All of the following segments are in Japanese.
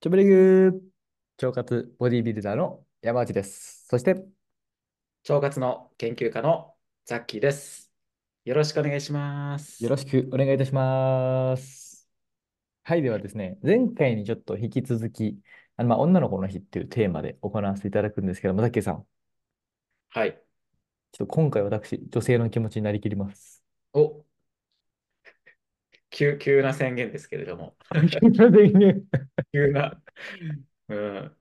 チョブリグ腸活ボディビルダーの山内です。そして、腸活の研究家のザッキーです。よろしくお願いしまよす。ろしくお願いいたします。はい、ではですね、前回にちょっと引き続き、あの、まあ、女の子の日っていうテーマで行わせていただくんですけども、ザッキーさん、はい。ちょっと今回私、女性の気持ちになりきります。 お、 急、急な宣言ですけれども、急な、うん。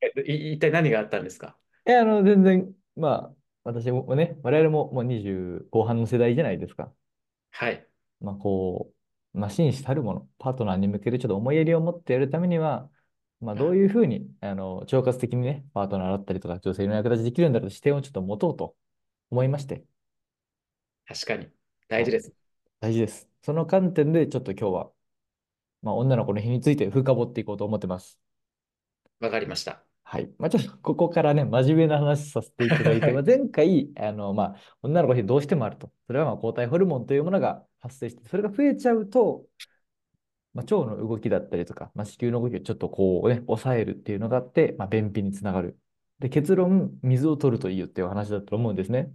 えっとい一体何があったんですかえ、あの、全然、まあ、私もね、我々ももう20後半の世代じゃないですか。はい。まあ、こう、まあ、紳士たるもの、パートナーに向けるちょっと思いやりを持ってやるためには、まあ、はどうい。いうふうに、あの、腸活的にね、パートナーだったりとか、女性の役立ちできるんだろうと視点をちょっと持とうと思いまして、確かに。大は事い、です。大事です。その観点で、ちょっと今日は、まあ、女の子の日について深掘っていこうと思ってます。わかりました。はい。まあ、ちょっとここからね、真面目な話させていただいて、まあ、前回、あの、まあ、女の子の日どうしてもあると。それはまあ抗体ホルモンというものが発生して、それが増えちゃうと、まあ、腸の動きだったりとか、まあ、子宮の動きをちょっとこうね、抑えるっていうのがあって、まあ、便秘につながる。で、結論、水を取るといいよっていう話だと思うんですね。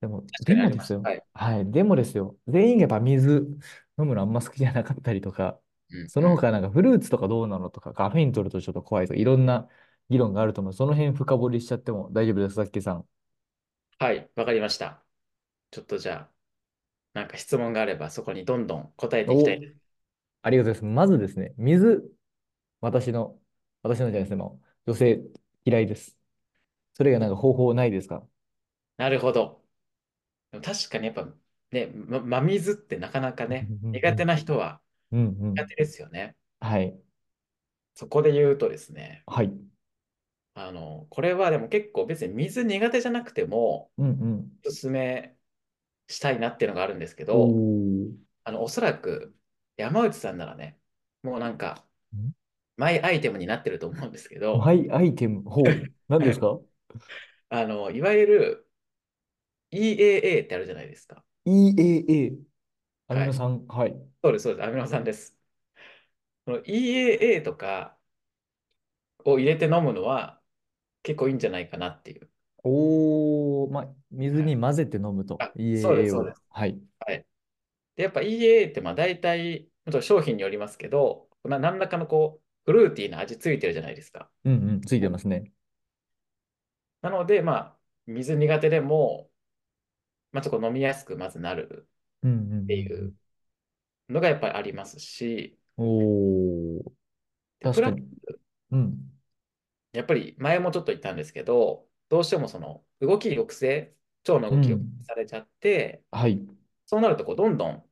でも、確でかにあもりでますす。よ。はい。はい、でもですよ。全員がやっぱ水飲むのあんま好きじゃなかったりとか、うんそうのん。他なんかフルーツとかどうなのとか、カフェイン取るとちょっと怖いとか、いろんな議論があると思う。その辺深掘りしちゃっても大丈夫です、さっきさん。はい。わかりました。ちょっとじゃあ、なんか質問があれば、そこにどんどん答えていきたいお、です。ありがとうございます。まずですね、水、私の、私のじゃないですね、もう女性嫌いです。それがなんか方法ないですかなるほど。でも確かにやっぱ、ね、ま、真水ってなかなかうね、んう苦手んな人はうん。うんう苦ん。手ですよね。はい。そこで言うとですね、はい。あの、これはでも結構別に水苦手じゃなくてもうんうん。おすすめしたいなっていうのがあるんですけど、おーあの、おそらく山内さんならね、もうなんかんマイアイテムになってると思うんですけど、マイアイテム、ほう。何ですかあの、いわゆる EAA ってあるじゃないですか。 ?EAA。アミはノい。酸。はい。そうです、そうです。アミノ酸です。その EAA とかを入れて飲むのは結構いいんじゃないかなっていう。おー、まあ、水はい。に混ぜて飲むと。あ、そうです、 EAA そうでを。す。はい。はい。で、やっぱ EA ってまあ大体、ちょっと商品によりますけど、な何らかのこう、フルーティーな味ついてるじゃないですか。うんうん。ついてますね。なので、まあ、水苦手でも、まあ、ちょっと飲みやすくまずなるうんうんっていうんうのがやっぱりありますし、うん。おー、で、プ確かラス、に。うん。やっぱり前もちょっと言ったんですけど、どうしてもその動き抑制、腸のう動き抑制ん。されちゃって、はい。そうなるとこう、どんどん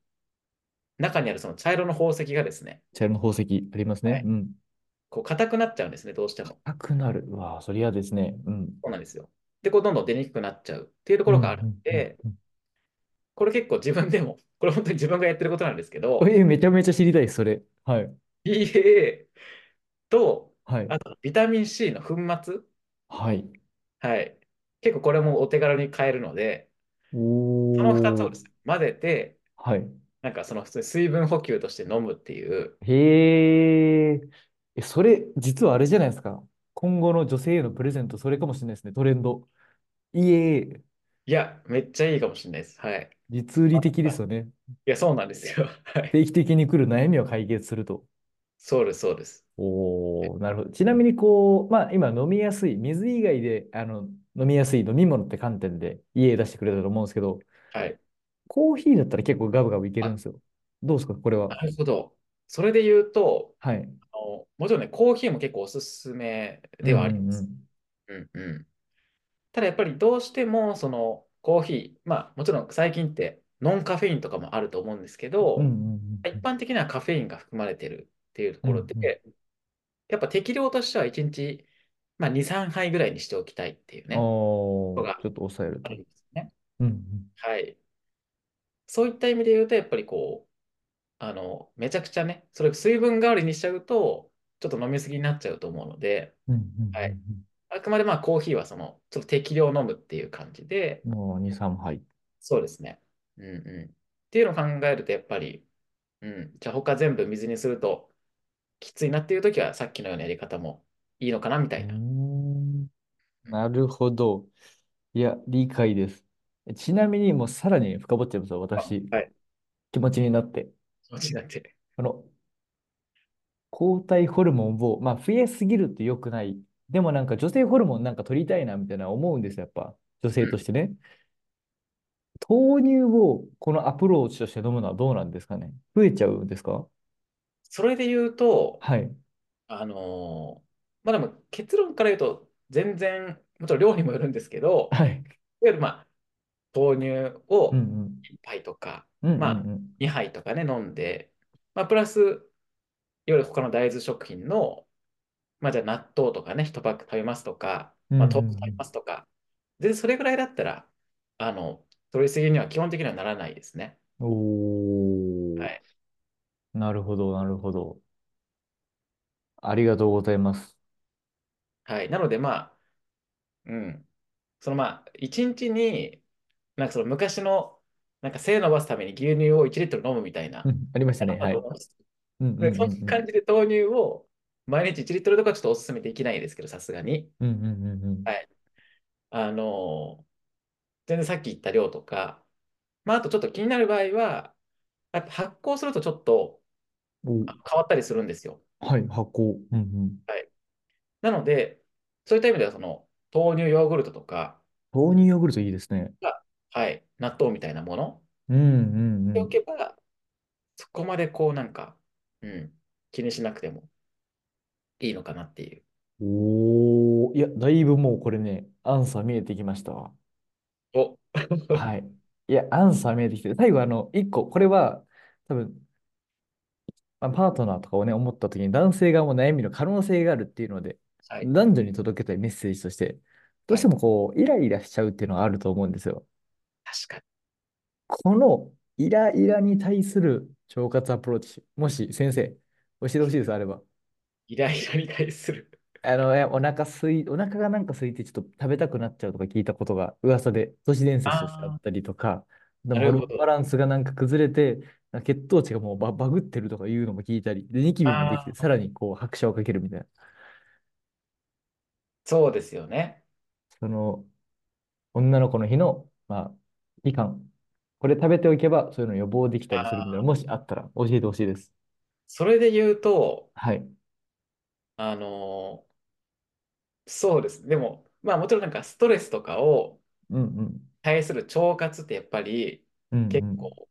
中にあるその茶色の宝石がですね、茶色の宝石ありますはね。い、うん。こう硬くなっちゃうんですね、どうしても。硬くなる。うわー、そりゃですね。うん。そうなんですよ。で、こうどんどん出にくくなっちゃうっていううとこんろうがあるんのうんで、うん。これ結構自分でも、 これ本当に自分がやってることなんですけど、え、めちゃめちゃ知りたいです、それ。はい。 EAA と、はい。あとビタミン C の粉末、はい。はい、結構これもお手軽に買えるので、その2つおをー。ですね、混ぜて、はい。なんかその普通に水分補給として飲むっていう、へえ。え、それ、実はあれじゃないですか。今後の女性へのプレゼント、それかもしれないですね。トレンド。いえ、いや、めっちゃいいかもしれないです。はい。実利あ的であすよね。いや、そうなんで すよ。はい。定期的に来る悩みを解決すると。そうです、そうです。おー、なるほど。ちなみに、こう、まあ、今、飲みやすい、水以外で、あの、飲みやすい飲み物って観点で、家出してくれたと思うんですけど、はい。コーヒーだったら結構ガブガブいけるんあ、ですよ。どうですか、これは。なるほど。それで言うと、はい。あのもちろんね、コーヒーも結構おすすめうではありまんうんうす。ん。うんうん。ただやっぱりどうしても、そのコーヒー、まあもちろん最近ってノンカフェインとかもあると思うんですけうんうど、ん一般的にはカフェインが含まれてるっていうとうころん。うんで、やっぱ適量としては1日、まあ、2、3杯ぐらいにしておきたいっていううん。ね、ことおー、がちょっと抑えるあると。んですね。うんうん。はい。そういった意味で言うと、やっぱりこう、あの、めちゃくちゃね、それを水分代わりにしちゃうと、ちょっと飲みすぎになっちゃうと思うので、うんうんはい。うんあくまでまあコーヒーはその、ちょっと適量飲むっていう感じで、うん。もう2、3杯。そうですね。うんうん。っていうのを考えると、やっぱり、うん、じゃあ他全部水にするときついなっていう時は、さっきのようなやり方もいいのかなみたうーいな。んなるほど。いや、理解です。ちなみに、もうさらに深掘っちゃいますよ、あ、私、はい。気持ちになって。気持ちになって。あの、抗体ホルモンを、まあ、増えすぎるって良くない。でもなんか女性ホルモンなんか取りたいなみたいな思うんですよ、やっぱ。女う性とん。してね。豆乳をこのアプローチとして飲むのはどうなんですかね。増えちゃうんですかそれで言うと、はい。あのーまあでも結論から言うと、全然、もちろん量にもよるんですけど、 はい。いわゆるまあ、豆乳うをん1杯とか、うん。うんまうんあ、うん。 2杯とかね、飲んで、まあ、プラス、いわゆる他の大豆食品の、まあ、じゃあ納豆とかね、1パック食べますとか、うんまあ、う豆腐食べまんすとか、全然それぐらいだったら、あの、取りすぎには基本的にはならないですね。うん。おはー。い。なるほど、なるほど。ありがとうございます。はい。なので、まあ、うん。そのまあ、一日に、なんかその昔の、なんか背伸ばすために牛乳を1リットル飲むみたいな、うん、 ありましたあっね。たはとい。思うんですけうんうど。でそんなんうん感じで豆乳を毎日1リットルとかちょっとお勧めできないですけど、さすがに。うん。うんうんうんうん。はい。あのー全然さっき言った量とか、まあ、あとちょっと気になる場合は、やっぱ発酵するとちょっとお、あの変わったりするんですよ。はい、発酵。うんうん。はいなので、そういった意味では、その豆乳ヨーグルトとか豆乳ヨーグルトいいですね。が、はい、納豆みたいなものうんうんうしておん。けば、そこまでこうなんか、うん、気にしなくてもいいのかなっていう。おー、いや、だいぶもうこれね、アンサー見えてきました わ。おはい。いや、アンサー見えてきて、最後、あの、一個、これは、多分、まあ、パートナーとかをね、思った時に、男性側も悩みの可能性があるっていうので、はい、男女に届けたいメッセージとして、どうはしてい、もこう、イライラしちゃうっていうのがあると思うんですよ。確かに。このイライラに対する腸活アプローチ、もし先生、教えてほしいです、あれば。イライラに対する。あの、いやお腹すい、お腹がなんか空いてちょっと食べたくなっちゃうとか聞いたことが噂で、都市伝説としてあっああ、たりとか、でなもホるルモほンバど。ランスがなんか崩れて、なんか血糖値がもうバ、バグってるとかいうのも聞いたり、で、ニキビもできあて、あ、さらにこう拍車をかけるみたいな。そうですよね。その、女の子の日の、まあ、みかん。これ食べておけば、そういうの予防できたりするみたいな、ああ、もしあったら教えてほしいです。それで言うと、はい。あのーそうです。でも、まあもちろんなんかストレスとかをうんうん。対する腸活ってやっぱりうんう結ん。構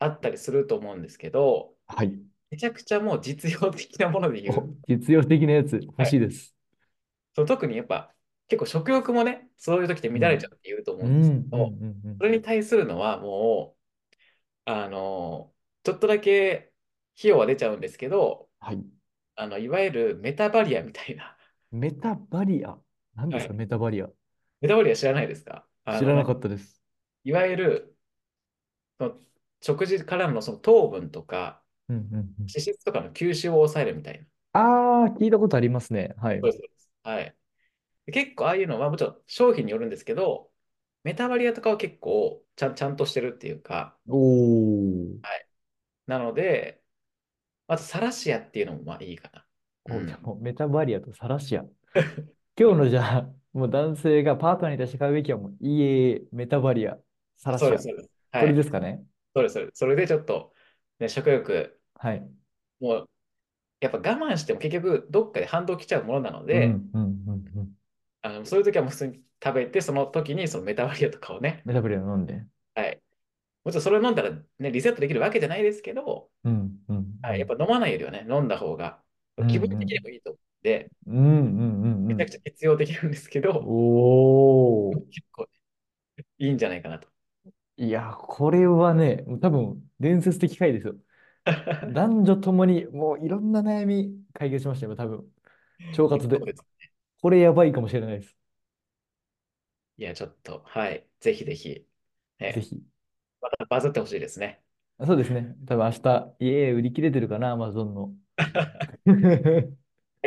あったりすると思うんですけど、はい。めちゃくちゃもう実用的なもので言お、う。実用的なやつ欲はしいい。です。その特にやっぱ結構食欲もね、そういう時ってう乱れん。ちゃうって言うとう思うんですけんうんど、うんうそん。れに対するのはもう、あのちょっとだけ費用は出ちゃうんですけど、はい。あのいわゆるメタバリアみたいな、メタバリア。何ではすか、い、メタバリア。メタバリア知らないですかあ知のらななんかかったです。いわゆるその食事からのその糖分とかうんうんうん。脂質とかの吸収を抑えるみたいな。あー、聞いたことありますね。はい。そうですそうですはい。で結構ああいうのはもちろん商品によるんですけど、メタバリアとかは結構ちゃん、ちゃんとしてるっていうか、おー。はい。なので、あとサラシアっていうのもまあいいかな。うお、でん。も、メタバリアとサラ シア。今日のじゃあ、もう男性がパートナーに対して買うべきはもう、いえ、メタバリア、サラそうシア。です、そうです。こはれでい。すかね。そうです、そうです。それでちょっと、ね、食欲、はい。もう、やっぱ我慢しても結局どっかで反動来ちゃうものなのうんで、うんうんうん。あの、そういう時はもう普通に食べて、その時にそのメタバリアとかをね、メタバリア飲んで。はい。もちろんそれを飲んだらね、リセットできるわけじゃないですけど、うんうんうはい、やっぱん。飲まないよりはね、飲んだ方がうん気分う的にん。もいいと思うんで、うんうんうんめうちゃん。くちゃ必要できるんですけど、おー。結構いいんじゃないかなと。いや、これはね、もう多分伝説的回 ですよ。男女ともにもういろんな悩み解決しましたよ、多分。腸活そうで。ですこれやばいかもしれないです。いや、ちょっと、はい、ぜひぜひ、ぜね、ひ。またバズってほしいですね。そうですね。多分明日、家売り切れてるかな、アマゾンの。ヤ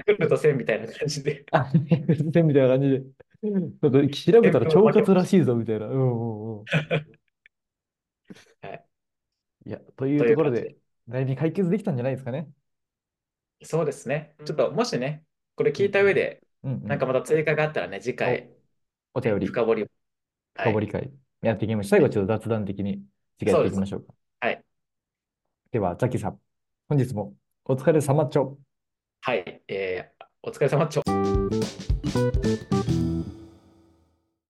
クルト1000みたいな感じで、あ、ね、みたいな感じで。ちょっと調べ全たら部腸負け活まらししいぞ、みたいな。うん うんうん。た。はい、いや、というといとうころ感じで。で、悩み解決できたんじゃないですかね。そうですね。ちょっと、もしね、これ聞いた上で、うんうん。なんかまた追加があったらね、次回、お便り、深掘りを。は深掘い。り会やっていきましょう。最後、ちょっと雑談的に次回やっていきましょうか。はい。では、ザキさん、本日もお疲れ様ちょ。はい。えーお疲れ様。ちょ